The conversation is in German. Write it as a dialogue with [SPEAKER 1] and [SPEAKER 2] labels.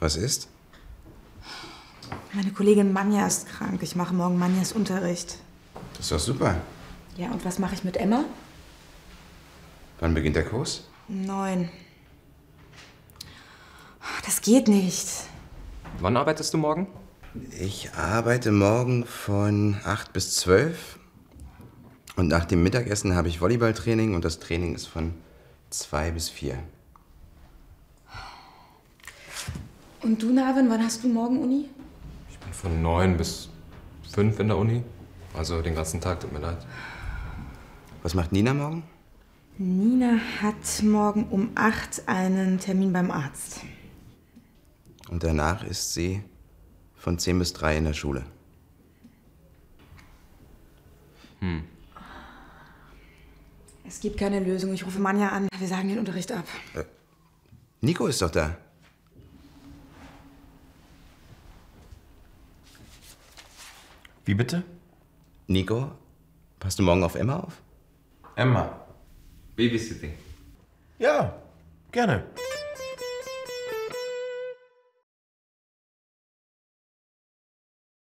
[SPEAKER 1] Was ist?
[SPEAKER 2] Meine Kollegin Manja ist krank. Ich mache morgen Manjas Unterricht.
[SPEAKER 1] Das ist doch super.
[SPEAKER 2] Ja, und was mache ich mit Emma?
[SPEAKER 1] Wann beginnt der Kurs?
[SPEAKER 2] Neun. Das geht nicht.
[SPEAKER 3] Wann arbeitest du morgen?
[SPEAKER 1] Ich arbeite morgen von 8 bis 12. Und nach dem Mittagessen habe ich Volleyballtraining und das Training ist von 2 bis 4.
[SPEAKER 2] Und du, Navin, wann hast du morgen Uni?
[SPEAKER 3] Ich bin von 9 bis 5 in der Uni. Also den ganzen Tag, tut mir leid.
[SPEAKER 1] Was macht Nina morgen?
[SPEAKER 2] Nina hat morgen um 8 einen Termin beim Arzt.
[SPEAKER 1] Und danach ist sie von 10 bis 3 in der Schule.
[SPEAKER 3] Hm.
[SPEAKER 2] Es gibt keine Lösung. Ich rufe Manja an. Wir sagen den Unterricht ab.
[SPEAKER 1] Nico ist doch da.
[SPEAKER 4] Wie bitte?
[SPEAKER 1] Nico, passt du morgen auf Emma auf?
[SPEAKER 4] Emma.
[SPEAKER 5] Babysitting.
[SPEAKER 4] Ja, gerne.